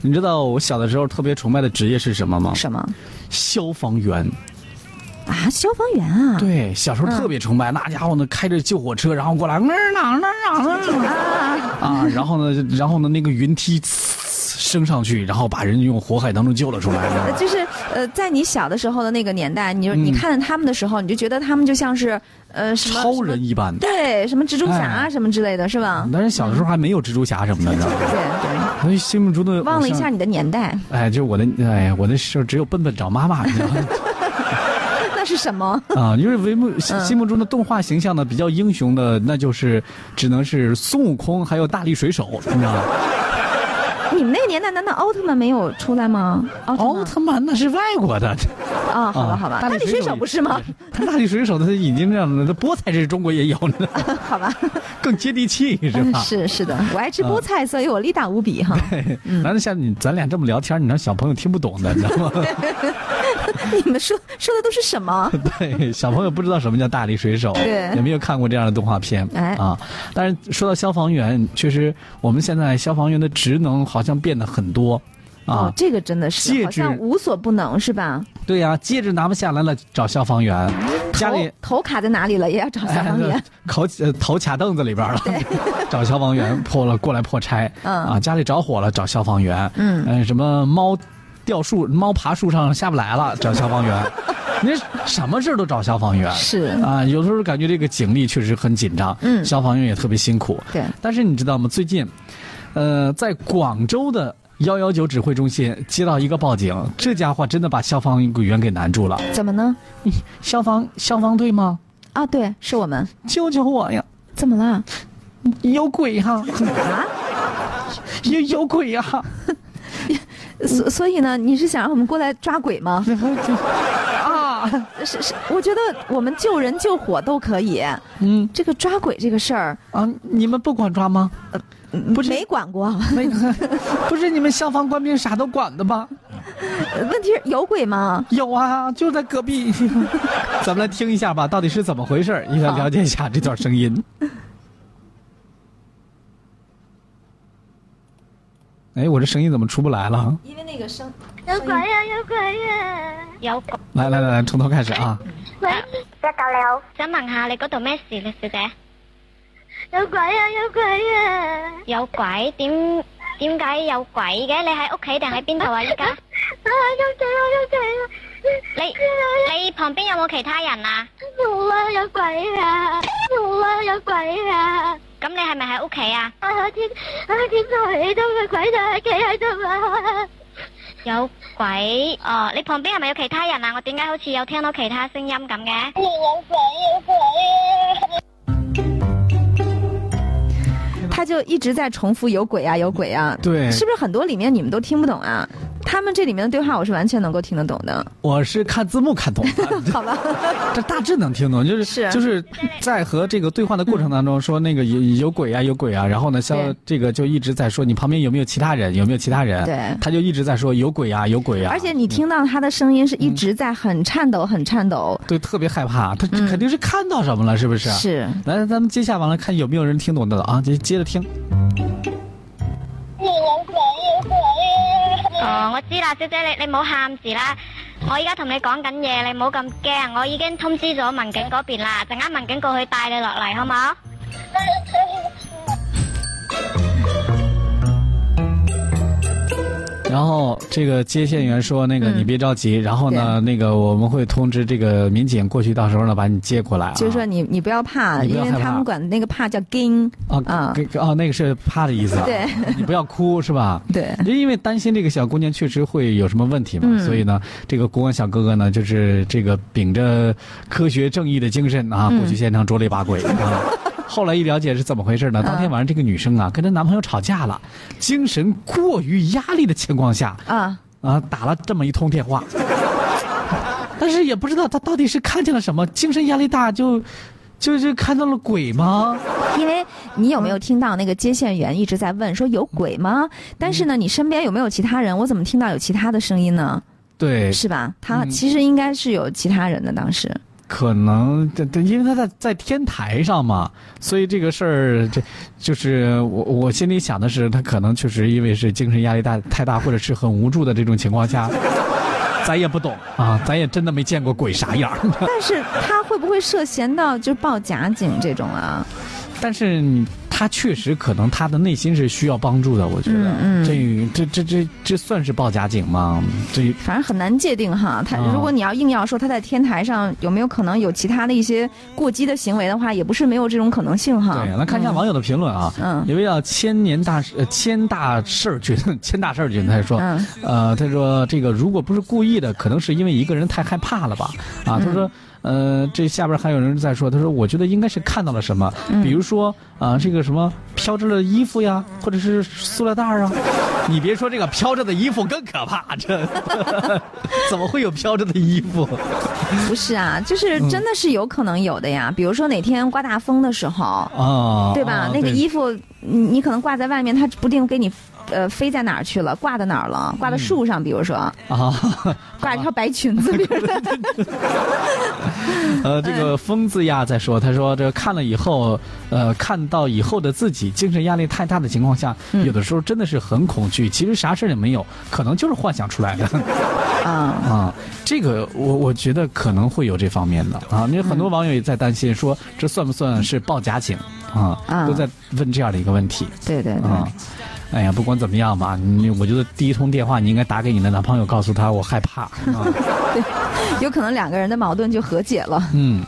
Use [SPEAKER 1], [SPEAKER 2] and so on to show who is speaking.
[SPEAKER 1] 你知道我小的时候特别崇拜的职业是什么吗？
[SPEAKER 2] 什么
[SPEAKER 1] 消防员。
[SPEAKER 2] 啊？消防员啊？
[SPEAKER 1] 对，小时候特别崇拜，那家伙呢，开着救火车，然后过来，嗯啊嗯啊 嗯啊啊，然后呢，然后呢，那个云梯呲升上去，然后把人用火海当中救了出
[SPEAKER 2] 呃
[SPEAKER 1] 来。
[SPEAKER 2] 就是呃，在你小的时候的那个年代，你就、
[SPEAKER 1] 嗯
[SPEAKER 2] 你看着他们的时候，你就觉得他们就像是呃什么
[SPEAKER 1] 超人一般
[SPEAKER 2] 什么对，什么蜘蛛侠啊
[SPEAKER 1] 哎
[SPEAKER 2] 什么之类的，是吧？
[SPEAKER 1] 但是小的时候还没有蜘蛛侠什么的，你知道吗？
[SPEAKER 2] 对对，
[SPEAKER 1] 所以心目中的偶
[SPEAKER 2] 嗯忘了一
[SPEAKER 1] 像
[SPEAKER 2] 下你的 年代，
[SPEAKER 1] 哎，就我的，哎，我那时候只有笨笨找妈妈，你知道吗？
[SPEAKER 2] 那是什么？
[SPEAKER 1] 啊，因为为
[SPEAKER 2] 嗯
[SPEAKER 1] 目心心目中的动画形象呢，比较英雄的，那就是只能是孙悟空，还有大力水手，你知道吗？
[SPEAKER 2] 你们那个年代难道奥特曼没有出来哦吗？奥
[SPEAKER 1] 奥
[SPEAKER 2] 特
[SPEAKER 1] 特曼哦那是外国的，
[SPEAKER 2] 曼啊、好吧
[SPEAKER 1] 啊
[SPEAKER 2] 好吧，
[SPEAKER 1] 大
[SPEAKER 2] 那
[SPEAKER 1] 力
[SPEAKER 2] 你水手不是吗？？
[SPEAKER 1] 他大力水手他已经这样了，他菠菜是中啊国也有 呢，
[SPEAKER 2] 好吧，
[SPEAKER 1] 更接地气是
[SPEAKER 2] 嗯
[SPEAKER 1] 吧？
[SPEAKER 2] 是是的，我爱吃菠菜，所以我力大无比 哈。
[SPEAKER 1] 嘿。那像你咱俩这么聊天，你让小朋友听不懂的，你知 道吗？
[SPEAKER 2] 你们说说的都是什
[SPEAKER 1] 啊
[SPEAKER 2] 么？
[SPEAKER 1] 对，小朋友不知道什么叫大力水手，
[SPEAKER 2] 对
[SPEAKER 1] 也没有看过这样的动画片，
[SPEAKER 2] 哎
[SPEAKER 1] 啊。但是说到消防员，确实我们现在消防员的职能好像变得很多，啊，
[SPEAKER 2] 哦，这个真的是
[SPEAKER 1] 戒
[SPEAKER 2] 好像
[SPEAKER 1] 指
[SPEAKER 2] 无所不能是吧？
[SPEAKER 1] 对呀、戒指拿不下来了，找消防员，家里。
[SPEAKER 2] 头头卡在哪里了，也要找 消防员。
[SPEAKER 1] 哎头呃头卡凳子里边了， 找消防员破了过来破拆，
[SPEAKER 2] 嗯
[SPEAKER 1] 啊，家里着火了找消防员，
[SPEAKER 2] 嗯
[SPEAKER 1] 呃什么猫掉树猫爬树上下不来了找消防员， 你什么事儿都找消防员，
[SPEAKER 2] 是
[SPEAKER 1] 啊，有的时候感觉这个警力确实很紧张，
[SPEAKER 2] 嗯
[SPEAKER 1] 消防员也特别辛苦，
[SPEAKER 2] 对
[SPEAKER 1] 但是你知道吗？最近，呃，在广州的幺幺九指挥中心接到一个报警，这家伙真的把消防员给难住了，
[SPEAKER 2] 怎么呢？
[SPEAKER 1] 消防消防队吗？
[SPEAKER 2] 啊，对，是我们。
[SPEAKER 1] 救救我呀！
[SPEAKER 2] 怎么了？
[SPEAKER 1] 有鬼哈、
[SPEAKER 2] 啊？
[SPEAKER 1] 有有鬼啊呀、
[SPEAKER 2] 所所以呢，你是想让我们过来抓鬼吗？
[SPEAKER 1] 啊！
[SPEAKER 2] 是是，我觉得我们救人救火都可以，
[SPEAKER 1] 嗯
[SPEAKER 2] 这个抓鬼这个事儿
[SPEAKER 1] 啊，你们不管抓吗？不是
[SPEAKER 2] 没管过。
[SPEAKER 1] 那个不是你们消防官兵啥都管的吧？
[SPEAKER 2] 问题是有鬼吗？
[SPEAKER 1] 有啊，就在隔壁。咱们来听一下吧，到底是怎么回事儿？你想了解一下这段声音。哎，我这声音怎么出不来了？
[SPEAKER 2] 因为那个声，
[SPEAKER 3] 有鬼呀，有鬼啊呀！有鬼
[SPEAKER 1] 来来来来，从头开始啊！
[SPEAKER 3] 得救你好。想问下你嗰度咩事咧，小姐？有鬼啊！有鬼啊！有鬼？點點解有鬼嘅？你喺屋企定喺邊度啊？依家？ 啊！有鬼啊！有鬼啊！你你旁邊有冇其他人啊？冇啊！有鬼啊！冇啊！有鬼啊！咁你係咪喺屋企啊？啊！喺天喺天台度嘅鬼就喺企喺度啊！有鬼哦！你旁邊係咪有其他人啊？我點解好似有聽到其他聲音咁嘅？有鬼有鬼
[SPEAKER 2] 他就一直在重复有鬼啊，有鬼啊。
[SPEAKER 1] 对
[SPEAKER 2] 是不是很多里面你们都听不懂啊？他们这里面的对话我是完全能够听得懂 的，
[SPEAKER 1] 我是看字幕看懂的。
[SPEAKER 2] 好吧？
[SPEAKER 1] 这大致能听懂，就是
[SPEAKER 2] 是啊嗯
[SPEAKER 1] 就是在和这个对话的过程当中，说那个有有鬼啊有鬼啊，然后呢，像
[SPEAKER 2] 对
[SPEAKER 1] 这个就一直在说你旁边有没有其他人，有没有其他人，
[SPEAKER 2] 对
[SPEAKER 1] 他就一直在说有鬼啊有鬼啊，
[SPEAKER 2] 而且你听到他的声音是
[SPEAKER 1] 嗯
[SPEAKER 2] 一直在很颤抖，很颤抖。
[SPEAKER 1] 对特别害怕，他这肯定是看到什么了，是不是？
[SPEAKER 2] 嗯
[SPEAKER 1] 啊
[SPEAKER 2] 是
[SPEAKER 1] 来，咱们接下完了看有没有人听懂的了啊，接接着听。
[SPEAKER 3] 哦，我知啦，小姐你你唔好喊住啦。我而家同你講緊嘢，你唔好咁驚。我已經通知咗民警嗰邊啦，陣間民警過去帶你落嚟，好唔好？
[SPEAKER 1] 然后这个接线员说：“那个
[SPEAKER 2] 嗯
[SPEAKER 1] 你别着急，然后呢，那个我们会通知这个民警过去，到时候呢把你接过来、啊。”
[SPEAKER 2] 就是说你你不要怕，
[SPEAKER 1] 你不
[SPEAKER 2] 因
[SPEAKER 1] 要
[SPEAKER 2] 为
[SPEAKER 1] 害
[SPEAKER 2] 他
[SPEAKER 1] 怕
[SPEAKER 2] 们管那个怕叫 “ging”。
[SPEAKER 1] 啊
[SPEAKER 2] 啊，
[SPEAKER 1] 给哦，那个是怕的意思啊。
[SPEAKER 2] 对，
[SPEAKER 1] 你不要哭是吧？
[SPEAKER 2] 对
[SPEAKER 1] 就 因为担心这个小姑娘确实会有什么问题嘛，
[SPEAKER 2] 嗯
[SPEAKER 1] 所以呢，这个公安小哥哥呢，就是这个秉着科学正义的精神啊，
[SPEAKER 2] 嗯
[SPEAKER 1] 过去现场捉了一把 鬼、啊。后来一了解是怎么回事呢？当天晚上这个女生啊，跟她男朋友吵架了，精神过于压力的情况下
[SPEAKER 2] 啊，
[SPEAKER 1] 啊，打了这么一通电话，但是也不知道她到底是看见了什么，精神压力大就就是看到了鬼吗？
[SPEAKER 2] 因为你有没有听到那个接线员一直在问说有鬼吗？但是呢，你身边有没有其他人？我怎么听到有其他的声音呢？
[SPEAKER 1] 对，
[SPEAKER 2] 是吧？他
[SPEAKER 1] 嗯
[SPEAKER 2] 其实应该是有其他人的，当时
[SPEAKER 1] 可能这这，因为他在在天台上嘛，所以这个事儿，这就是我我心里想的是，他可能确实因为是精神压力大太大，或者是很无助的这种情况下， 咱也不懂啊，咱也真的没见过鬼啥样儿。
[SPEAKER 2] 但是他会不会涉嫌到就报假警这种啊？
[SPEAKER 1] 但是你他确实可能他的内心是需要帮助的，我觉得、
[SPEAKER 2] 嗯
[SPEAKER 1] 这这这这这算是报假警吗？这
[SPEAKER 2] 反正很难界定哈。他
[SPEAKER 1] 啊
[SPEAKER 2] 如果你要硬要说他在天台上有没有可能有其他的一些过激的行为的话，也不是没有这种可能性哈。
[SPEAKER 1] 对，来看一下网友的评论啊。
[SPEAKER 2] 啊嗯
[SPEAKER 1] 有位叫千年大事、呃千大事儿君，千大事儿君，他说，
[SPEAKER 2] 嗯
[SPEAKER 1] 呃，他说这个如果不是故意的，可能是因为一个人太害怕了吧？
[SPEAKER 2] 嗯
[SPEAKER 1] 啊，他说。呃，这下边还有人在说，他说我觉得应该是看到了什么，
[SPEAKER 2] 嗯
[SPEAKER 1] 比如说啊、这个什么飘着的衣服呀，或者是塑料袋儿啊。你别说这个飘着的衣服更可怕， 这怎么会有飘着的衣服？
[SPEAKER 2] 不是啊，就是
[SPEAKER 1] 嗯
[SPEAKER 2] 真的是有可能有的呀。比如说哪天刮大风的时候，
[SPEAKER 1] 啊，
[SPEAKER 2] 对吧？
[SPEAKER 1] 啊
[SPEAKER 2] 那个
[SPEAKER 1] 对
[SPEAKER 2] 衣服你你可能挂在外面，它不定给你呃飞在哪儿去了，挂到哪儿了？挂到树上，比如说
[SPEAKER 1] 嗯啊，
[SPEAKER 2] 挂一条白裙子，比如 说
[SPEAKER 1] 呃，这个疯子呀，在说，他说这看了以后，呃，看到以后的自己精神压力太大的情况下，有的时候真的是很恐惧。其实啥事儿也没有，可能就是幻想出来的
[SPEAKER 2] 啊。
[SPEAKER 1] 啊。这个我我觉得可能会有这方面的啊。因为很多网友也在担心说，这算不算是报假警啊？
[SPEAKER 2] 啊
[SPEAKER 1] 都在问这样的一个问题
[SPEAKER 2] 对对对，
[SPEAKER 1] 啊。哎呀，不管怎么样吧，你我觉得第一通电话你应该打给你的男朋友，告诉他我害怕。啊、
[SPEAKER 2] 有可能两个人的矛盾就和解了。
[SPEAKER 1] 嗯。